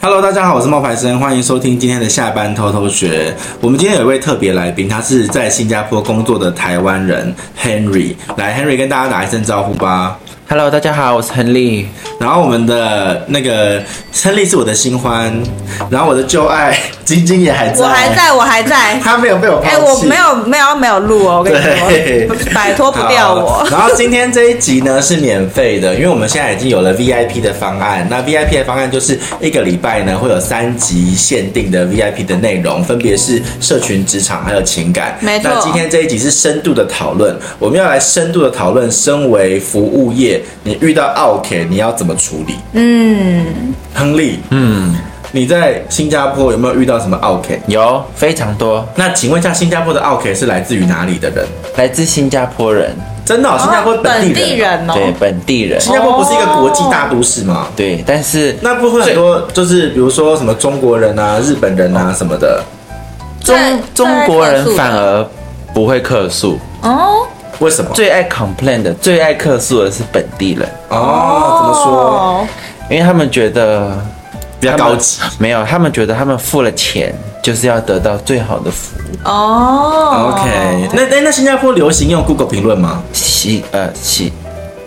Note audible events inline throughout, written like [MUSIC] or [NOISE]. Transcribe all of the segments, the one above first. Hello，大家好，我是冒牌生，欢迎收听今天的下班偷偷学。我们今天有一位特别来宾，他是在新加坡工作的台湾人 Henry。来，Henry 跟大家打一声招呼吧。 Hello，大家好，我是亨利。然后我们的那个亨利是我的新欢，然后我的旧爱晶晶也还在，我还，在，我 [LAUGHS] 还在。他没有被我抛弃。哎、我没有没有没有录哦，我跟对 [LAUGHS] 你说，摆脱不掉好我。然后今天这一集呢是免费的，因为我们现在已经有了 VIP 的方案。那 VIP 的方案就是一个礼拜呢会有三集限定的 VIP 的内容，分别是社群、职场还有情感。没错那今天这一集是深度的讨论，我们要来深度的讨论，身为服务业，你遇到 OK 你要怎么处理？嗯，亨利，嗯，你在新加坡有没有遇到什么 OK？有非常多那请问一下，新加坡的 OK 是来自于哪里的人？来自新加坡人，真的哦、新加坡哦本地人哦、地人哦，对本地人，新加坡不是一个国际大都市吗？对，但是那不会很多，就是比如说什么中国人啊、日本人哦啊什么的，中在中国人在客诉的反而不会客诉，哦，为什么？最爱 complain 的、最爱客诉的是本地人，哦，怎么说？哦？因为他们觉得比较他们高级。没有，他们觉得他们付了钱就是要得到最好的服务，哦 OK，那那那新加坡流行用 Google 评论吗？喜呃喜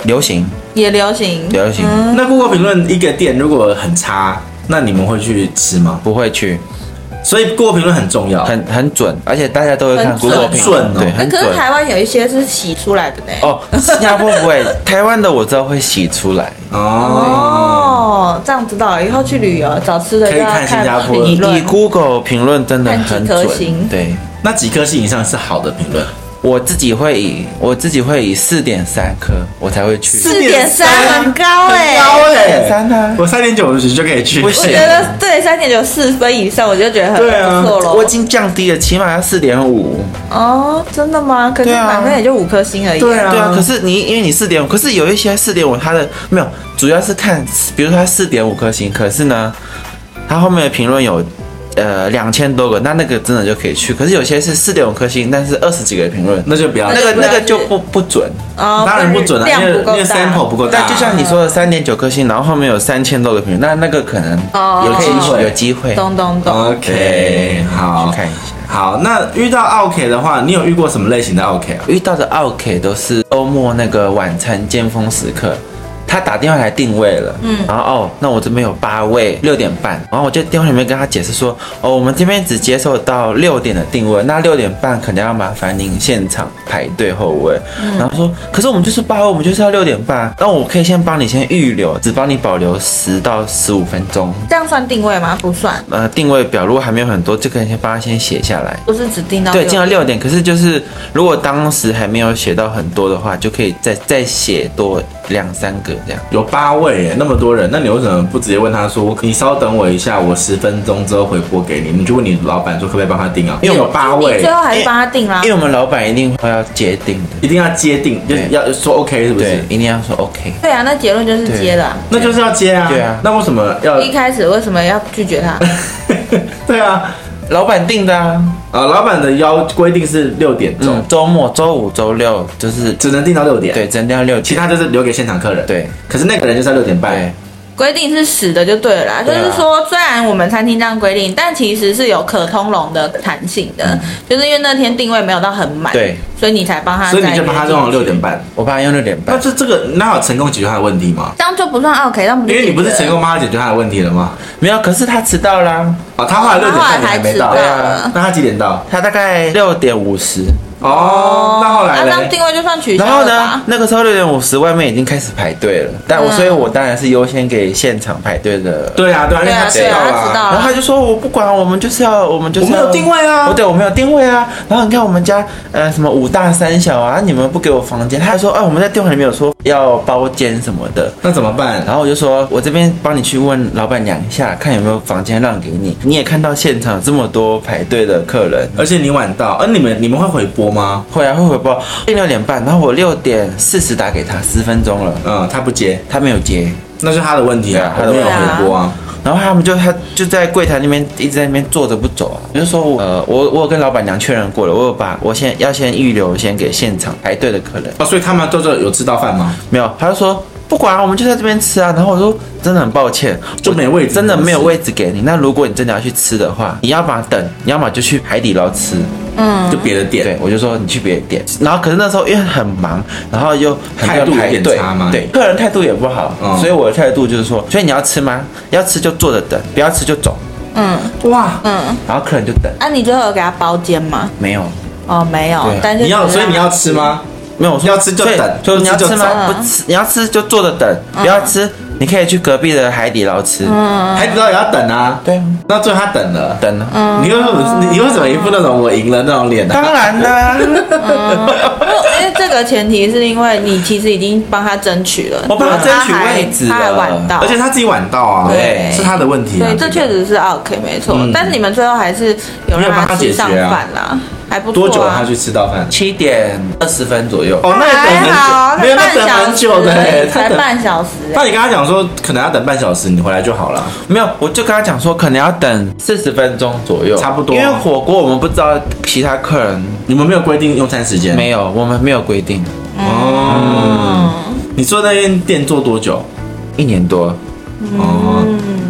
流行也流行，流行、嗯那 Google 评论一个店如果很差，那你们会去吃吗？不会去，所以 Google 评论很重要。很很准，而且大家都会看很准 Google 评论，很准哦对，哎很可准是。台湾有一些是洗出来的呢。 [LAUGHS] 哦，新加坡不会，台湾的我知道会洗出来。哦，哦，这样知道了，以后去旅游找吃的可就以要看新加坡以评以论。 Google 评论真的看很几颗星准，对那几颗星以上是好的评论。我自己会以我自己会以四点三颗，我才会去。四点三很高哎、哎4.3啊我三点九就可以去。不我行觉得对三点九四分以上，我就觉得很对啊不错了。我已经降低了，起码要四点五。哦，真的吗？可是对啊满分也就五颗星而已。对啊对啊，可是你因为你四点五，可是有一些四点五它的没有，主要是看，比如说它四点五颗星，可是呢，它后面的评论有呃两千多个，那那个真的就可以去。可是有些是四点五颗星，但是二十几个评论，那就不要那个那就不要那个去就不不准。哦，当然不准啊了，因量为不因够为大。 sample 不够大。但就像你说的，三点九颗星，然后后面有三千多个评论，那那个可能哦有机哦会，有机会。懂懂懂。 OK，好，去看一下。好，那遇到 OK 的话，你有遇过什么类型的 OK 啊？遇到的 OK 都是周末那个晚餐尖峰时刻，他打电话来定位了，嗯，然后哦，那我这边有八位，六点半，然后我就电话里面跟他解释说，哦，我们这边只接受到六点的定位，那六点半可能要麻烦您现场排队候位，然后说，可是我们就是八位，我们就是要六点半，那我可以先帮你先预留，只帮你保留十到十五分钟。这样算定位吗？不算，呃，定位表如果还没有很多，这个人先帮他先写下来。不是指定到对，六进到六点，可是就是如果当时还没有写到很多的话，就可以再再写多两三个这样。有八位耶，那么多人，那你为什么不直接问他说，你稍等我一下，我十分钟之后回拨给你？你就问你老板说，可不可以帮他订啊？因为有八你位最，后还是帮他定啦因。为我们老板一定会要接定的，一定要接定，就是对要说 OK 是不对是，？一定要说 OK。对啊，那结论就是接了啊。那就是要接啊。对啊那为什么要？一开始为什么要拒 [LAUGHS] 绝他？对啊，老板定的啊，呃，老板的要规定是六点钟嗯，，周末、周五、周六就是只能订到六点，，对，真的要六其点。他就是留给现场客人。，对可是那个人就是要六点半对。规定是死的就对了啦，就对啊是说，虽然我们餐厅这样规定，但其实是有可通融的弹性嗯的，就是因为那天定位没有到很满，对，所以你才帮他，所以你就把他弄到六点，半。我怕用六点那半，这这个，那有成功解决他的问题吗？这样就不算哦 OK，这样 [LAUGHS] 不因为你不是解决成功帮他解决他的问题了 [LAUGHS] 吗？没有，可是他迟到啦，哦，他后来六点半你他后来还没到，才迟到那他几点到？他大概六点五十，哦，那后来啊、这样嘞？定位就算取消然后了呢吧？，那个时候六点五十外面已经开始排队了，但我嗯所以，我当然是优先给现场排队的对啊，对啊，因为对他啊，迟对到啊，了他知啊。道然后了。他就说我不管，我们就是要，我们就是要我们有定位啊哦，对，我们有定位啊。然后你看我们家呃什么五大三小啊，你们不给我房间，他还说啊我们在电话里面有说要包间什么的。那怎么办？然后我就说，我这边帮你去问老板娘一下，看有没有房间让给你。你也看到现场这么多排队的客人，而且你晚到，呃，你们你们会回拨吗？会啊会回报六点半，然后我六点四十打给他，十分钟了，嗯，他不接，他没有接。那是他的问题啊，对我啊没有他的问题回拨啊。然后他们就他就在柜台那边一直在那边坐着不走啊，我就说我呃我我有跟老板娘确认过了，我有把我先要先预留先给现场排队的客人，哦，所以他们都是有吃到饭吗？没有，他就说不管啊，我们就在这边吃啊。”然后我说：“真的很抱歉，就没位置真的没有位置给你。那如果你真的要去吃的话，你要么等，你要么就去海底捞吃。”就别的对店，，我就说你去别的店。然后可是那时候因为很忙，然后又很多人态度有排点队差吗对，客人态度也不好，嗯所以我的态度就是说，所以你要吃吗？要吃就坐着等，不要吃就走。嗯哇，嗯，然后客人就等，那、你最后有给他包间吗？没有，哦，没有对，但是你要所以你要吃吗？没有。我说要吃就等所以所以你要不吃就吃嗯吗？走不吃，你要吃就坐着等，不要吃，你可以去隔壁的海底捞吃。海底捞也要等啊，对啊，那最后他等了，等啊。你为什么你你为什么一副那种我赢了那种脸呢？啊当然啦， [LAUGHS] 因为这个前提是因为你其实已经帮他争取了，哦我帮他然后争取还位置他还了晚到，而且他自己晚到啊，对是他的问题啊。嗯对，这确实是 OK，没错。嗯但是你们最后还是有没有让帮他吃解决上啊饭啦，还不错、啊。多久他去吃到饭？七点二十分左右。哦，那也等还好，很久，没有那才等半很小时久的而欸，已， [LAUGHS] 他才等。半小时欸。那你跟他讲说，可能要等半小时，你回来就好了。没有，我就跟他讲说，可能要等四十分钟左右，差不多因为火锅我们不知道其他客人你们没有规定用餐时间？没有，我们没有规定，哦。你做那间店做多久？一年多，嗯哦，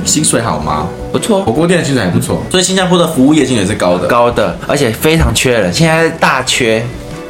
薪水好吗？不火错，锅店的薪水还不错，所以新加坡的服务业薪水是高的。高的，而且非常缺人，现在是大缺，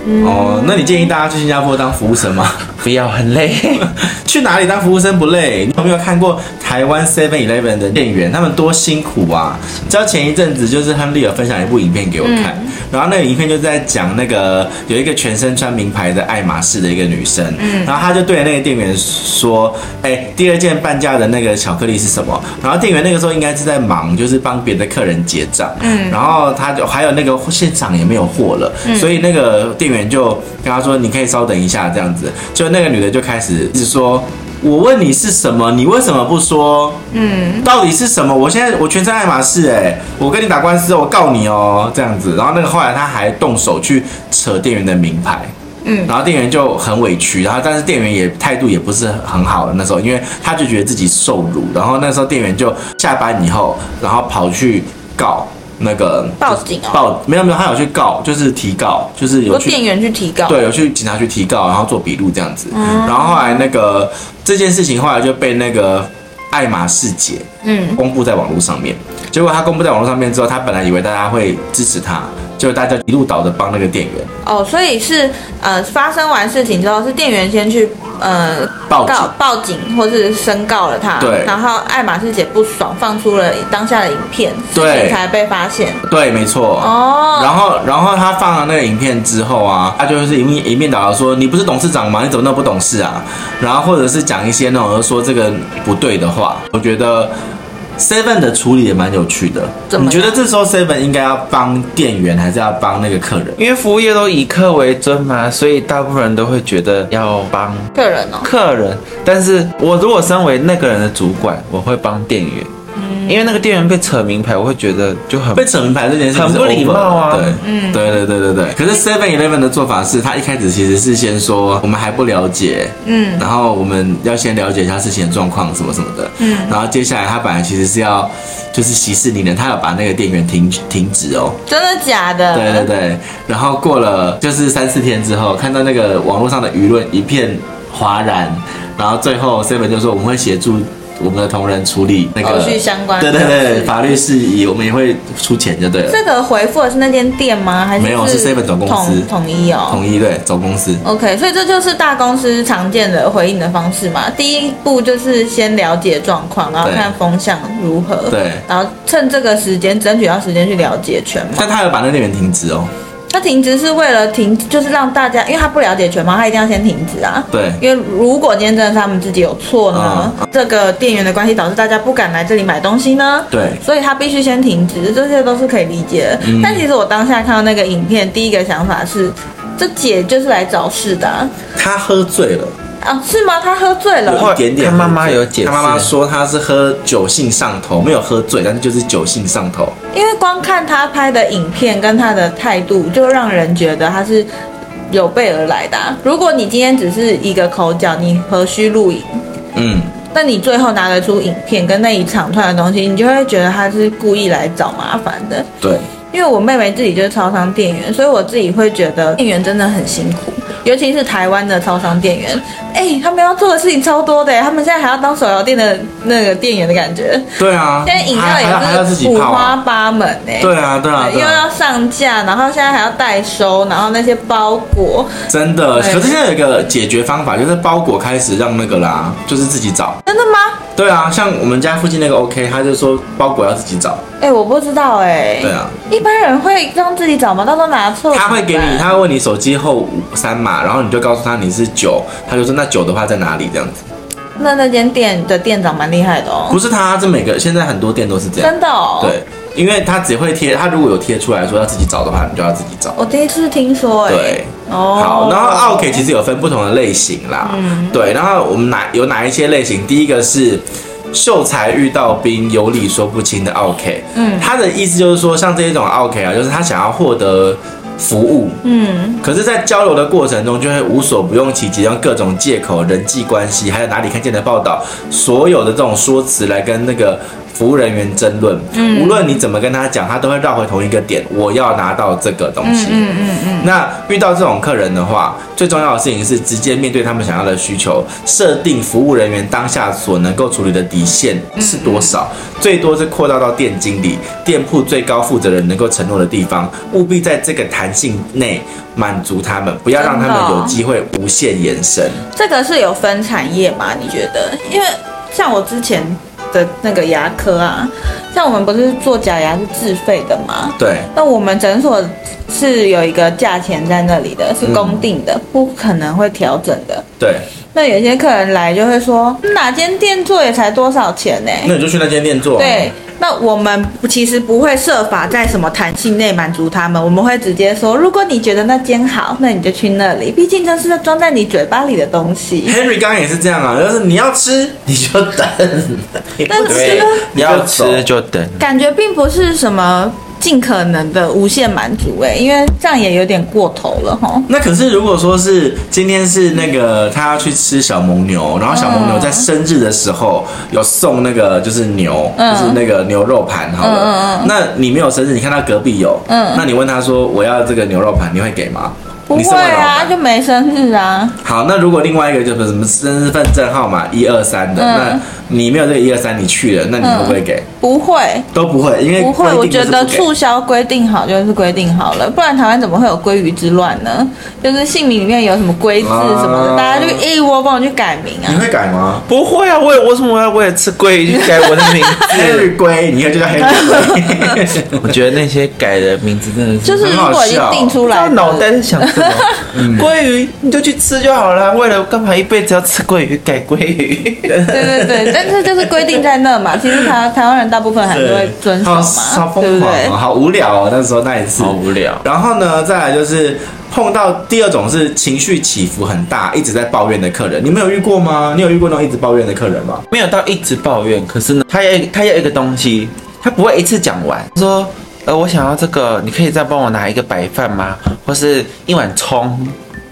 嗯哦，那你建议大家去新加坡当服务生吗？不要很 [LAUGHS] 累， [LAUGHS] 去哪里当服务生不累？你有没有看过台湾 Seven Eleven 的店员，他们多辛苦啊？你知道前一阵子就是亨利有分享一部影片给我看，然后那个影片就在讲那个有一个全身穿名牌的爱马仕的一个女生，然后她就对那个店员说：“哎、第二件半价的那个巧克力是什么？”然后店员那个时候应该是在忙，就是帮别的客人结账，然后他就还有那个现场也没有货了，所以那个店员就跟他说：“你可以稍等一下，这样子。”就那个女的就开始一直说。我问你是什么，你为什么不说？嗯，到底是什么？我现在我全身爱马仕哎、我跟你打官司哦，我告你哦，这样子。然后那个后来他还动手去扯店员的名牌，嗯，然后店员就很委屈，然后但是店员也态度也不是很好的那时候，因为他就觉得自己受辱，然后那时候店员就下班以后，然后跑去告那个报警哦报没有没有，他有去告，就是提告，就是有说去店员去提告，对，有去警察局提告，然后做笔录这样子。嗯然后后来那个这件事情后来就被那个爱马仕姐嗯公布在网络上面。结果她公布在网络上面之后，她本来以为大家会支持她，结果大家一路倒着帮那个店员。哦，所以是呃发生完事情之后，是店员先去呃报警告报警或是申告了他，对然后爱马仕姐不爽，放出了当下的影片，事对情才被发现。对，没错。哦然后，然后他放了那个影片之后啊，他就是一面一面倒的说：“你不是董事长吗？你怎么那么不懂事啊？”然后或者是讲一些那种说这个不对的话。我觉得 Seven 的处理也蛮有趣的。怎么你样觉得这时候 Seven 应该要帮店员，还是要帮那个客人？因为服务业都以客为尊嘛，所以大部分人都会觉得要帮客人哦，客人，但是我如果身为那个人的主管，我会帮店员，因为那个店员被扯名牌，我会觉得就很被扯名牌这件事情是很不礼貌啊 over 的对，嗯，对对对对对。可嗯是 Seven Eleven 的做法是，他一开始其实是先说我们还不了解，嗯，然后我们要先了解一下事情的状况什么什么的，嗯，然后接下来他本来其实是要就是息事宁人，他要把那个店员停停止哦，真的假的？对对对。然后过了就是三四天之后，看到那个网络上的舆论一片哗然，然后最后 Seven 就说我们会协助。我们的同仁处理那个后续相关对对的对，事法律事宜我们也会出钱就对了。这个回复的是那间店吗？还是没有是 7-Eleven 总公司统统一哦，统一对总公司。 OK，所以这就是大公司常见的回应的方式嘛。第一步就是先了解状况，然后对看风向如何，对然后趁这个时间争取到时间去了解全貌。但他有把那店员停职哦，他停职是为了停，就是让大家，因为他不了解全貌，他一定要先停止啊。对因为如果今天真的是他们自己有错呢，嗯这个店员的关系导致大家不敢来这里买东西呢，对所以他必须先停止，这些都是可以理解的。但其实我当下看到那个影片，第一个想法是，这姐就是来找事的啊，他喝醉了，啊是吗？她喝醉有了，一点点。他妈妈有解释他妈妈说他是喝酒性上头，没有喝醉，但是就是酒性上头。因为光看她拍的影片跟她的态度，就让人觉得她是。有备而来的啊、如果你今天只是一个口角，你何须录影？嗯，那你最后拿得出影片跟那一长串的东西，你就会觉得他是故意来找麻烦的。对。因为我妹妹自己就是超商店员，所以我自己会觉得店员真的很辛苦。 [LAUGHS] 尤其是台湾的超商店员，哎、他们要做的事情超多的耶，他们现在还要当手摇店的那个店员的感觉。对啊，现在饮还还要还料要也自是己五泡花啊，八门哎、对啊，对啊，又对啊要上架，然后现在还要代收，然后那些包裹，真的。对可是现在有一个解决方法，就是包裹开始让那个啦，就是自己找。真的吗？对啊，像我们家附近那个 OK，他就说包裹要自己找。哎、我不知道哎、对啊，一般人会让自己找吗？到时候拿 [LAUGHS] 错了他会怎么给你，办他会问你手机后五三码，然后你就告诉他你是九，他就说那九的话在哪里这样子。那那间店的店长蛮厉害的哦不，是他，这每个现在很多店都是这样。真的哦。，对，因为他只会贴，他如果有贴出来说要自己找的话，你就要自己找。我第一次听说哎、对，哦，好，然后奥 K 其实有分不同的类型啦，对，然后我们哪有哪一些类型？第一个是秀才遇到兵，有理说不清的奥 K，嗯，他的意思就是说，像这一种奥 K 啊，就是他想要获得服务，嗯，可是，在交流的过程中，就会无所不用其极，用各种借口、人际关系，还有哪里看见的报道，所有的这种说辞来跟那个服务人员争论。嗯，无论你怎么跟他讲，他都会绕回同一个点：我要拿到这个东西。嗯嗯嗯那遇到这种客人的话，最重要的事情是直接面对他们想要的需求，设定服务人员当下所能够处理的底线嗯是多少，最多是扩大到店经理、店铺最高负责人能够承诺的地方，务必在这个弹性内满足他们，不要让他真的们哦有机会无限延伸。这个是有分产业吗？你觉得？因为像我之前的那个牙科啊，像我们不是做假牙是自费的吗？对，那我们诊所是有一个价钱在那里的，是公定嗯的，不可能会调整的。对，那有些客人来就会说，嗯哪间店做也才多少钱呢、那你就去那间店做。哎啊对，，那我们其实不会设法在什么弹性内满足他们，我们会直接说，如果你觉得那间好，那你就去那里，毕竟这是装在你嘴巴里的东西。 Henry 刚刚也是这样啊，就是你要吃你就等，但是对呢你就要走吃就等。感觉并不是什么尽可能的无限满足、哎，因为这样也有点过头了哈。那可是，如果说是今天是那个他要去吃小蒙牛，然后小蒙牛在生日的时候有送那个就是牛，嗯就是那个牛肉盘好了。那你没有生日，你看到隔壁有，嗯那你问他说我要这个牛肉盘，你会给吗？不你身会为老啊，板就没生日啊。好，那如果另外一个就是什么身份证号码一二三的，嗯那你没有这个一二三，你去了，那你会不会给？不会，都不会，因为不会，我哎规定就觉是得不给促销规定好就是规定好了，不然台湾怎么会有鲑鱼之乱呢？就是姓名里面有什么龟字什么的，啊大家就一窝蜂地去改名你啊。会改 [LAUGHS] 吗不会啊，我也为什么要为了吃鲑鱼去改我的名 [LAUGHS] 字？ ？Henry 龟，你以后就叫 [LAUGHS] Henry 龟。我觉得那些改的名字真的是，就是如果已经定出不知来道了，脑袋在想什 [LAUGHS] 么。嗯鲑鱼你就去吃就好了，为了干嘛一辈子要吃鲑鱼改鲑鱼？对 [LAUGHS] 对对，但是就是规定在那嘛。其实台台湾人大部分还是会遵守好嘛好，对疯不狂、对哦，？啊好无聊哦，那时候那一次好无聊然后呢，再来就是碰到第二种是情绪起伏很大，一直在抱怨的客人，你们有遇过吗？你有遇过那种一直抱怨的客人吗？没有到一直抱怨，可是呢，他要他要一个东西，他不会一次讲完，说呃我想要这个，你可以再帮我拿一个白饭吗？或是一碗葱。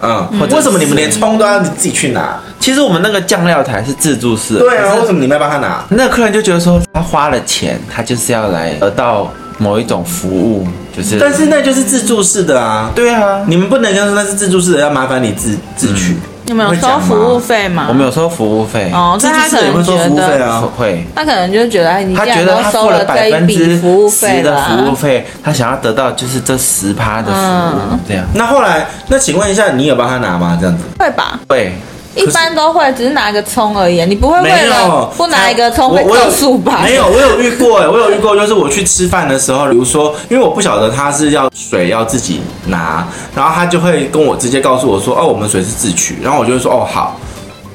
嗯，或者为什么你们连葱都要自己去拿？其实我们那个酱料台是自助式的，对啊，可为是什么你们要帮他拿？那客人就觉得说他花了钱，他就是要来得到某一种服务，就是但是那就是自助式的啊，对啊，你们不能跟说那是自助式的，要麻烦你自自取。嗯你们有会收讲吗服务费吗？我们有收服务费，哦，自但助他式可的也能会收觉服务费得，啊。会。他可能就觉得哎，你既他觉然得都他收付了这百一分笔之服务费十的服务了，费，他想要得到就是这十趴的服务嗯，这样那后来，那请问一下，你有帮他拿吗？这样子，会吧？对。一般都会，只是拿一个葱而已，你不会为了不拿一个葱被我我有扣数吧？没有，我有遇过哎，我有遇过，就是我去吃饭的时候，比如说，因为我不晓得他是要水要自己拿，然后他就会跟我直接告诉我说，哦，我们水是自取，然后我就会说，哦，好。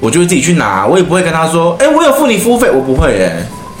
我就会自己去拿，我也不会跟他说，哎、我有付你服务费，我不会哎、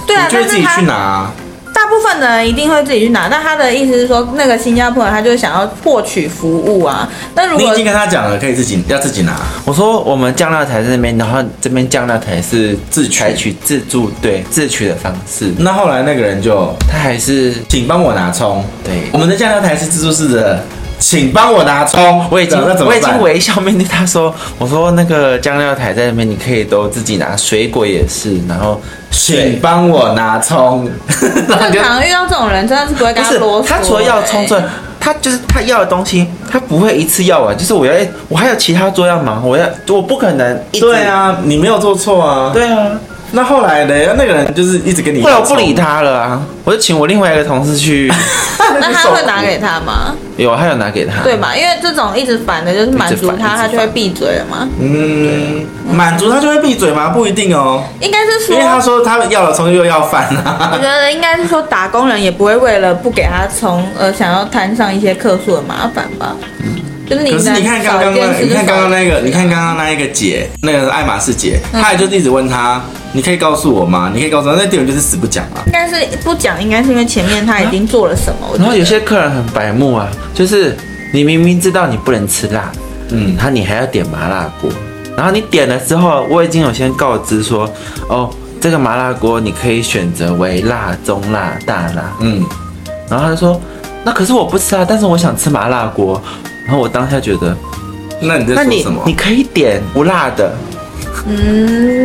对啊我，就会但自是己去他拿。大部分的人一定会自己去拿，但他的意思是说，那个新加坡人他就是想要获取服务啊。那如你已果经跟他讲了，可以自己要自己拿，我说我们酱料台在那边，然后这边酱料台是自取采取自助对自取的方式，那后来那个人就他还是请帮我拿葱。对我们的酱料台是自助式的，请帮我拿葱。我已经那怎么我已办经微笑面对他说，我说那个酱料台在那边，你可以都自己拿，水果也是，然后水请帮我拿葱。 [LAUGHS] 正常遇到这种人真的是不会不跟他是啰嗦、欸他除了要葱之外，他就是他要的东西，他不会一次要完，就是我要我还有其他桌要忙，我要我不可能一直对啊，你没有做错啊。对啊，那后来呢？那个人就是一直跟你后来要我葱。不理他了啊，我就请我另外一个同 [LAUGHS] 事去，那他会拿给他吗？有他有拿给他，对嘛？因为这种一直烦的，就是满足一直他，烦他一就直会烦闭嘴了嘛。嗯，满足他就会闭嘴吗？不一定哦，应该是因说为，他说他要了葱又要饭啊我。觉得应该是说，打工人也不会为了不给他从呃想要摊上一些客诉的麻烦吧。嗯就是你可是你看刚刚少一件那，事你看刚刚就少一件那个，你看刚刚那一个姐，那个爱马仕姐，她也就一直问他，你可以告诉我吗？你可以告诉我，那店员就是死不讲啊。应该是不讲，应该是因为前面他已经做了什么。我觉然得后有些客人很白目啊，就是你明明知道你不能吃辣，嗯，然后你还要点麻辣锅，然后你点了之后，我已经有先告知说，哦，这个麻辣锅你可以选择为辣、中辣、大辣，嗯，然后他就说，那可是我不吃啊，但是我想吃麻辣锅，然后我当下觉得，那你那在说你什么你？可以点不辣的，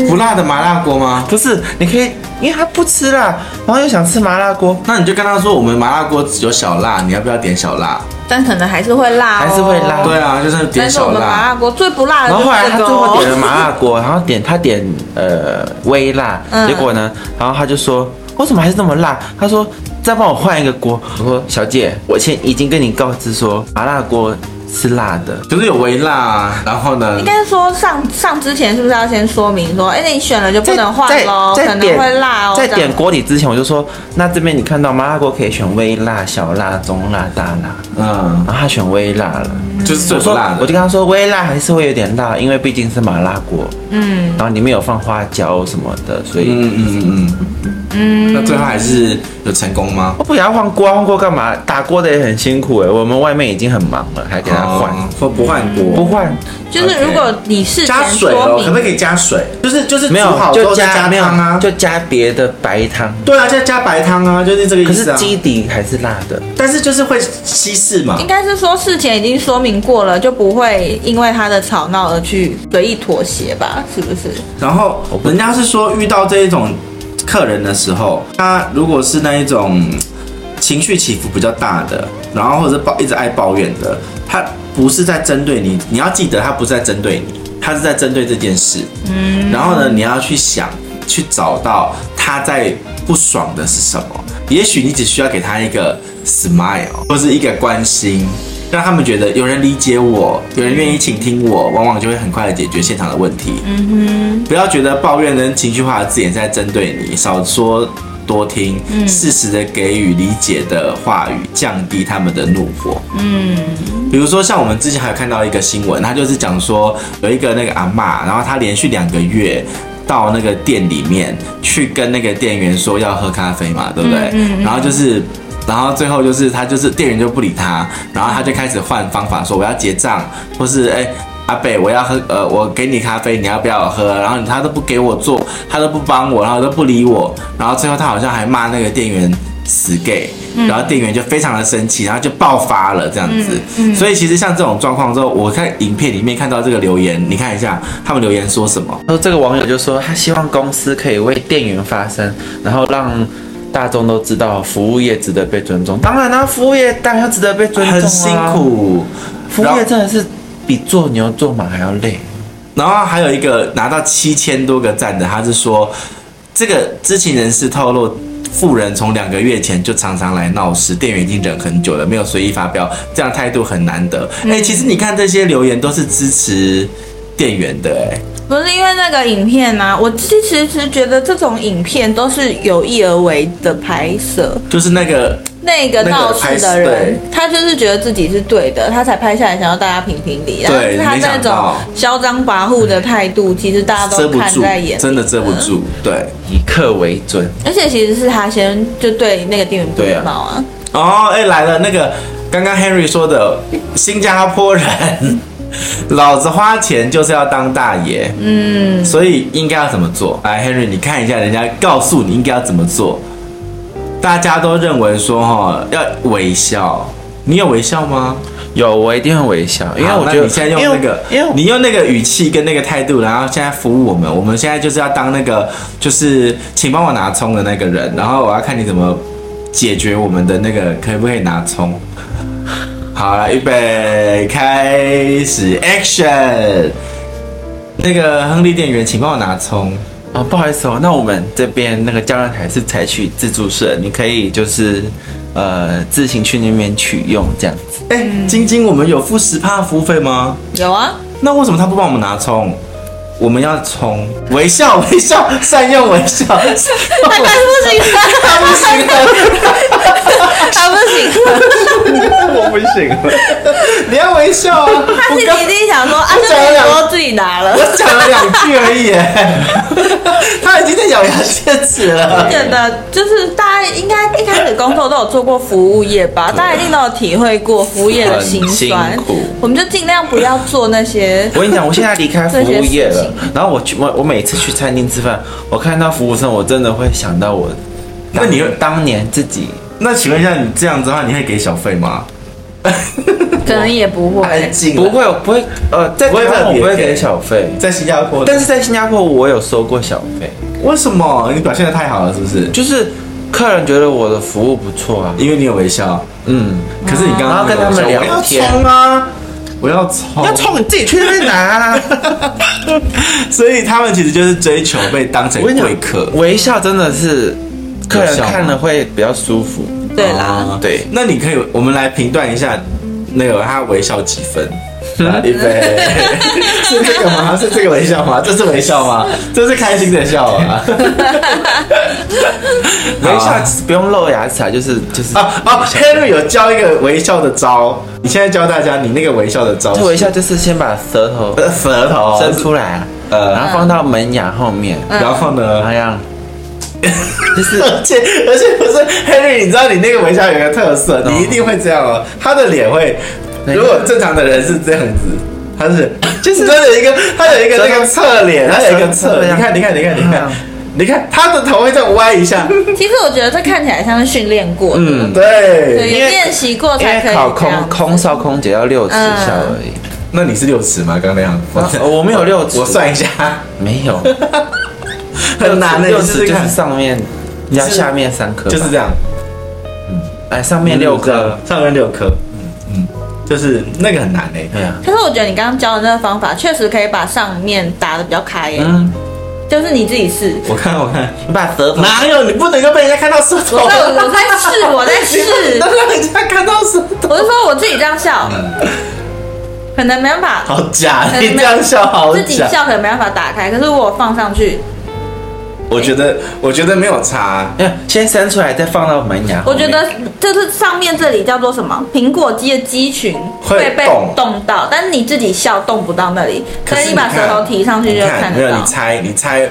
不辣的麻辣锅吗？不是，你可以，因为他不吃辣，然后又想吃麻辣锅，那你就跟他说，我们麻辣锅只有小辣，你要不要点小辣？但可能还是会辣、哦，嗯还是会辣对啊，就是点但是我小们麻辣。辣锅最不辣的然就后是后来他这最个、后哦。点了麻辣锅，然后点他点呃微辣，嗯结果呢，然后他就说为什么还是这么辣？他说再帮我换一个锅。我说小姐，我现已经跟你告知说麻辣锅是辣的，可是有微辣啊，然后呢应？该说上上之前是不是要先说明说，哎、你选了就不能换在喽，在可在能点会辣哦。在这样点锅底之前我就说，那这边你看到麻辣锅可以选微辣、小辣、中辣、大辣，嗯，然后他选微辣了。就是最我不说辣的。我就跟他说微辣还是会有点辣，因为毕竟是麻辣锅，嗯，然后里面有放花椒什么的，所以嗯嗯嗯嗯，那最后还是有成功吗？我哦不给他换锅，换锅干嘛？打锅的也很辛苦哎，我们外面已经很忙了，还给他换，哦说不换锅，不换就是如果你事加前水说哦，明，可不可以加水？就是就是没煮有好之就后再加没有汤啊，就加别的白汤，对啊，再加白汤啊，就是这个可意是思啊。基底还是辣的，但是就是会稀释嘛应，该是说事前已经说明过了，就不会因为他的吵闹而去随意妥协吧？是不是？然后人家是说遇到这一种客人的时候，他如果是那一种嗯情绪起伏比较大的，然后或者是抱一直爱抱怨的，他不是在针对你，你要记得他不是在针对你，他是在针对这件事。嗯，然后呢，你要去想，去找到他在不爽的是什么。也许你只需要给他一个 smile，或是一个关心。让他们觉得有人理解我，有人愿意倾听我，往往就会很快的解决现场的问题。不要觉得抱怨跟情绪化的字眼是在针对你，少说多听，适时的给予理解的话语，降低他们的怒火。嗯，比如说像我们之前还有看到一个新闻，他就是讲说有一个那个阿嬷，然后她连续两个月。到那个店里面去跟那个店员说要喝咖啡嘛，对不对？然后就是，然后最后就是他就是店员就不理他，然后他就开始换方法说我要结账，或是哎、阿北，我要喝，呃，我给你咖啡，你要不要喝？然后他都不给我做，他都不帮我，然后都不理我，然后最后他好像还骂那个店员死 gay，、然后店员就非常的生气，然后就爆发了这样子。所以其实像这种状况之后，我看影片里面看到这个留言，你看一下他们留言说什么？然后这个网友就说，他希望公司可以为店员发声，然后让大众都知道服务业值得被尊重。当然啊啦、服务业当然要值得被尊重、啊很辛，苦。服务业真的是比做牛做马还要累。然后还有一个拿到七千多个赞的，他是说，这个知情人士透露，富人从两个月前就常常来闹事，店员已经忍很久了，没有随意发飙，这样态度很难得。嗯哎、其实你看这些留言都是支持店员的、哎，不是因为那个影片啊，我其实是觉得这种影片都是有意而为的拍摄。就是那个那个闹事的那个拍人，他就是觉得自己是对的，他才拍下来想要大家评评理。但对是他没那想种到嚣张跋扈的态度，其实大家遮都不看住在眼，里。嗯真的遮不住，对。以客为尊，而且其实是他先就对那个店员不礼貌啊，哦，哎、来了，那个刚刚 Henry 说的新加坡人， [LAUGHS] 老子花钱就是要当大爷，嗯，所以应该要怎么做？来，Henry，你看一下，人家告诉你应该要怎么做。大家都认为说，哈，要微笑，你有微笑吗？有，我一定会微笑，因为好我那觉得你现在用因为那个，因为你用那个语气跟那个态度，然后现在服务我们，我们现在就是要当那个就是请帮我拿葱的那个人，然后我要看你怎么解决我们的那个可不可以拿葱。好了，预备开始，Action！那个亨利店员，请帮我拿葱。哦，不好意思哦，那我们这边那个教练台是采取自助式，你可以就是呃自行去那边取用这样子。哎、晶晶，我们有付十帕服务费吗？有啊，那为什么他不帮我们拿葱？我们要葱，微笑，微笑，善用微笑。 [LAUGHS] 他他不行了， [LAUGHS] 他不行了，他不行了。我不行了，你要微笑啊！他我心刚里一定想说啊，我这讲了么两多自己拿了，我讲了两句而已耶， [LAUGHS] 他已经在咬牙切齿了。觉得就是大家应该一开始工作都有做过服务业吧，大家一定都有体会过服务业的辛酸很辛苦。我们就尽量不要做那些我跟你讲，我现在离开服务业了，然后我去我我每次去餐厅吃饭，我看到服务生，我真的会想到我当。那你当年自己那请问一下，你这样子的话，你会给小费吗？可能也不 [LAUGHS] 会安。静，不，会，我不会，呃，在台不会特湾我别不会给给小费，在新加坡，但是在新加坡我有收过小费，为什么你表现的太好了？是不是？就是客人觉得我的服务不错啊，因为你有微笑，嗯，可是你刚然刚后跟他们我聊要天冲啊，我要冲，要冲你自己去那边拿啊。所以他们其实就是追求被当成我跟你哎贵讲，客。微笑真的是客人看了会比较舒服。对啦，啊对那你可以，我们来评断一下，那个他微笑几 [LAUGHS] 分？来预备， [LAUGHS] 是这个吗？是这个微笑吗？这是微笑吗？ [LAUGHS] 这是开心的笑啊吗？ [LAUGHS] 微笑不用露牙齿啊，就是就是啊啊！Henry 有教一个微笑的招，你现在教大家你那个微笑的招是，这微笑就是先把舌头呃舌头伸出来啊，呃然后放到门牙后面，嗯然后然后呢？这样，就 [LAUGHS] 是而且而且不是 Henry，你知道你那个微笑有个特色，你一定会这样哦。他的脸会，哪个如果正常的人是这样子，他是 [LAUGHS] 就是他有一个他有一个那个侧脸，他有一个侧，这你样看你看你看你看嗯你看他的头会这样歪一下，其实我觉得这看起来像是训练过的，嗯，对，对。因为练习过因才可为以考这样空空少空姐要六次笑而已，那你是六尺吗？刚刚那样，啊我们有六尺我算一下，没有嗯很难欸的，六你试次试就看是上面加下面三颗吧，就是这样，哎上面六颗，，上面六颗，嗯嗯，就是那个很难欸诶。对啊，可是我觉得你刚刚教的那个方法，确实可以把上面打的比较开耶，嗯，就是你自己试。我看我看，你把舌头哪有你不能够被人家看到舌头？我在我在试，我在你试不，能让人家看到舌头。 [LAUGHS] 我是说我自己这样笑，可能没办法，嗯好假，你这样笑好哎自己假。笑可能没办法打开，可是我放上去，我觉得，我觉得没有差。哎先伸出来，再放到门牙后我面。觉得就是上面这里叫做什么苹果肌的肌群会会被动动到，但是你自己笑动不到那里，可所以是你把看舌头提上去你就看看没得有，到你。猜，你猜，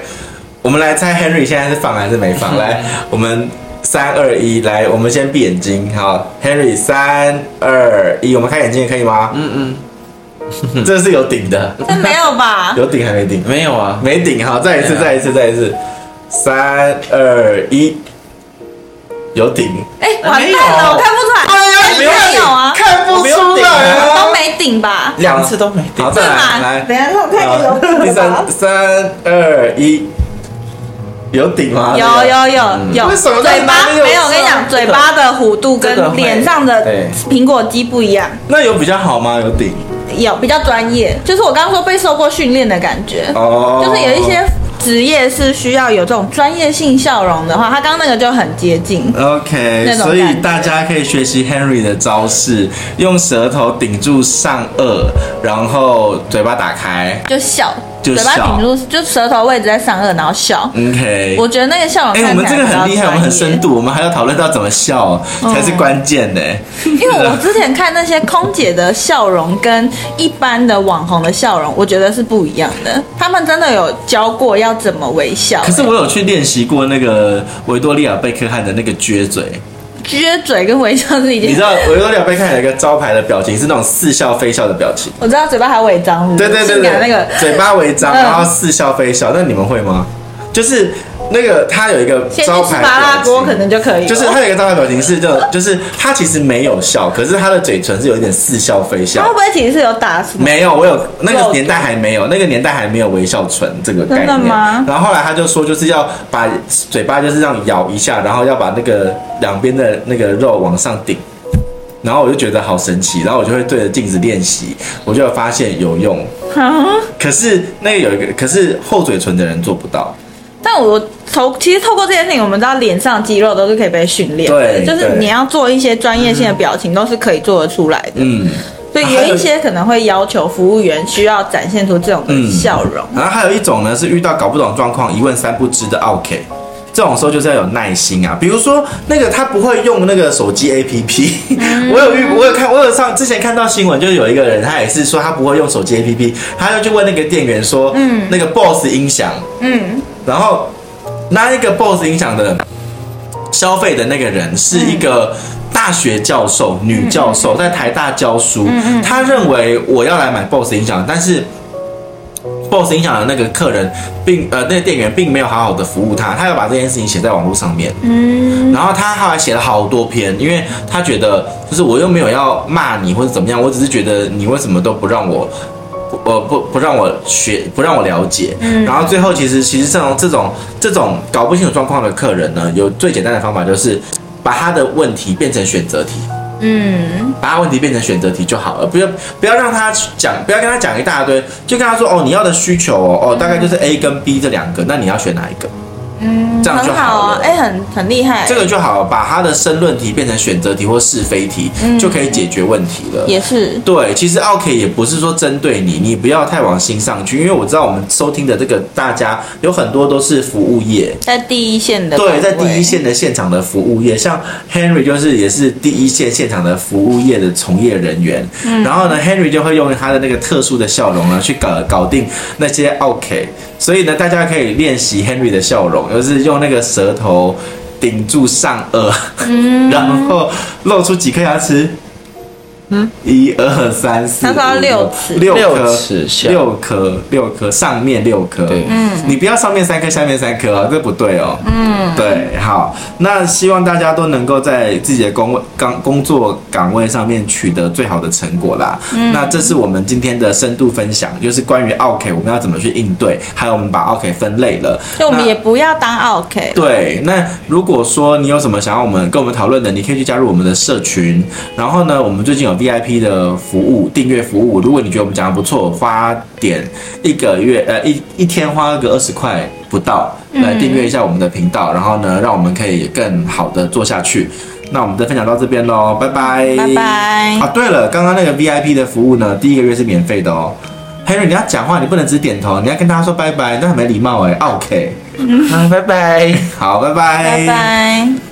我们来猜 Henry 现在是放还是没 [LAUGHS] 放？来，我们三二一，来，我们先闭眼睛。好，Henry 三二一，我们开眼睛也可以吗？嗯嗯， [LAUGHS] 这是有顶的，这没有吧？ [LAUGHS] 有顶还没顶？没有啊，没顶，好，再一次，对啊再一次，再一次，三二一，有顶。哎、呃完没蛋有了，我看不出来。哎没有没哎有啊，看不出来都啊。没顶吧？两次都没顶好，。再来，来，等一下让我哎看看有啊好第顶吧三三二一，啊有嗯顶吗？有有有有，为什么在嘴巴哪里有没有？我跟你讲，嘴巴的弧度这个跟会脸上的对苹果肌不一样，那有比较好吗？有顶有比较专业，就是我刚刚说被受过训练的感觉，哦，就是有一些职业是需要有这种专业性笑容的话，他刚刚那个就很接近。嗯 OK，那所种感以觉大家可以学习 Henry 的招式，用舌头顶住上颚，然后嘴巴打开。就笑，就嘴巴笑顶住，就舌头位置在上颚，然后笑。 OK，我觉得那个笑容哎、我看起们来这个很厉害，我们很深度。度，我们还要讨论到怎么笑哦才是关键呢、因为我之前看那些空姐的笑容跟一般的网红的笑容，我觉得是不一样的。他们真的有教过要怎么微笑、可是我有去练习过那个维多利亚贝克汉的那个撅嘴，撅嘴跟微笑是一件，你知道维多利亚贝克汉有一个招牌的表情是那种似笑非笑的表情，我知道嘴巴还违章，对对对嗯性对，感那个嘴巴微张，嗯然后似笑非笑，那你们会吗？就是那个他有一个先去招吃牌麻辣表锅情，可能就可以了，就是他有一个招牌表情是这种，就是他其实没有笑，可是他的嘴唇是有一点似笑非他会笑不。会其实是有打什么？ [LAUGHS] 没有，我有那个年代还没有，那个年代还没有微笑唇这个概念。真的吗然后后来他就说，就是要把嘴巴就是这样咬一下，然后要把那个两边的那个肉往上顶。然后我就觉得好神奇，然后我就会对着镜子练习，我就有发现有用。啊可是那个有一个，可是厚嘴唇的人做不到。但我从其实透过这件事情，我们知道脸上的肌肉都是可以被训练的，对嗯就是对你要做一些专业性的表情，都是可以做得出来的。嗯。所以有一些可能会要求服务员需要展现出这种嗯的笑容。然后还有一种呢，是遇到搞不懂状况一问三不知的 OK，这种时候就是要有耐心啊。比如说那个他不会用那个手机 APP，、我有遇我有看我有上之前看到新闻，就是有一个人他也是说他不会用手机 APP，他就去问那个店员说，嗯，那个 BOSS 音响，嗯，然后那一个 BOSS 音响的消费的那个人是一个大学教授，女教授在台大教书，她认为我要来买 BOSS 音响，但是。BOSS 音响的那个客人并呃那个店员并没有好好的服务他，他要把这件事情写在网络上面，嗯，然后他后来写了好多篇，因为他觉得就是我又没有要骂你或者怎么样，我只是觉得你为什么都不让我呃不不让我学，不让我了解。然后最后其实其实这种这种这种搞不清楚状况的客人呢，有最简单的方法就是把他的问题变成选择题。嗯，把他问题变成选择题就好了，不要不要让他讲，不要跟他讲一大堆，就跟他说哦，你要的需求哦，哦，大概就是 A 跟 B 这两个，那你要选哪一个？嗯，这样就很好好了。啊，哎、很很厉害，这个就好了，把他的申论题变成选择题或是非题，就可以解决问题了。也是对，其实 OK 也不是说针对你，你不要太往心上去，因为我知道我们收听的这个大家有很多都是服务业，在第一线的岗位，对，在第一线的现场的服务业，像 Henry 就是也是第一线现场的服务业的从业人员，嗯然后呢，Henry 就会用他的那个特殊的笑容呢，去搞搞定那些 OK，所以呢，大家可以练习 Henry 的笑容，就是用那个舌头顶住上颚，[LAUGHS] 嗯然后露出几颗牙齿。嗯，一二三四，他说要五六齿六颗六齿笑六颗，六颗，上面六颗，对嗯你不要上面三颗，下面三颗哦，这不对哦。嗯，对，好，那希望大家都能够在自己的工位岗工作岗位上面取得最好的成果啦。嗯那这是我们今天的深度分享，就是关于 OK 我们要怎么去应对，还有我们把 OK 分类了。所以我们那也不要当 OK。对，那如果说你有什么想要我们跟我们讨论的，你可以去加入我们的社群。然后呢，我们最近有 VIP 的服务，订阅服务。如果你觉得我们讲的不错，花点一个月，呃，一一天花个二十块不到来订阅一下我们的频道，然后呢，让我们可以更好的做下去。那我们的分享到这边喽，拜拜，拜拜啊，对了，刚刚那个 VIP 的服务呢，第一个月是免费的哦。Henry，你要讲话，你不能只点头，你要跟大家说拜拜，那很没礼貌哎。OK，啊，拜拜。好，拜拜，拜拜。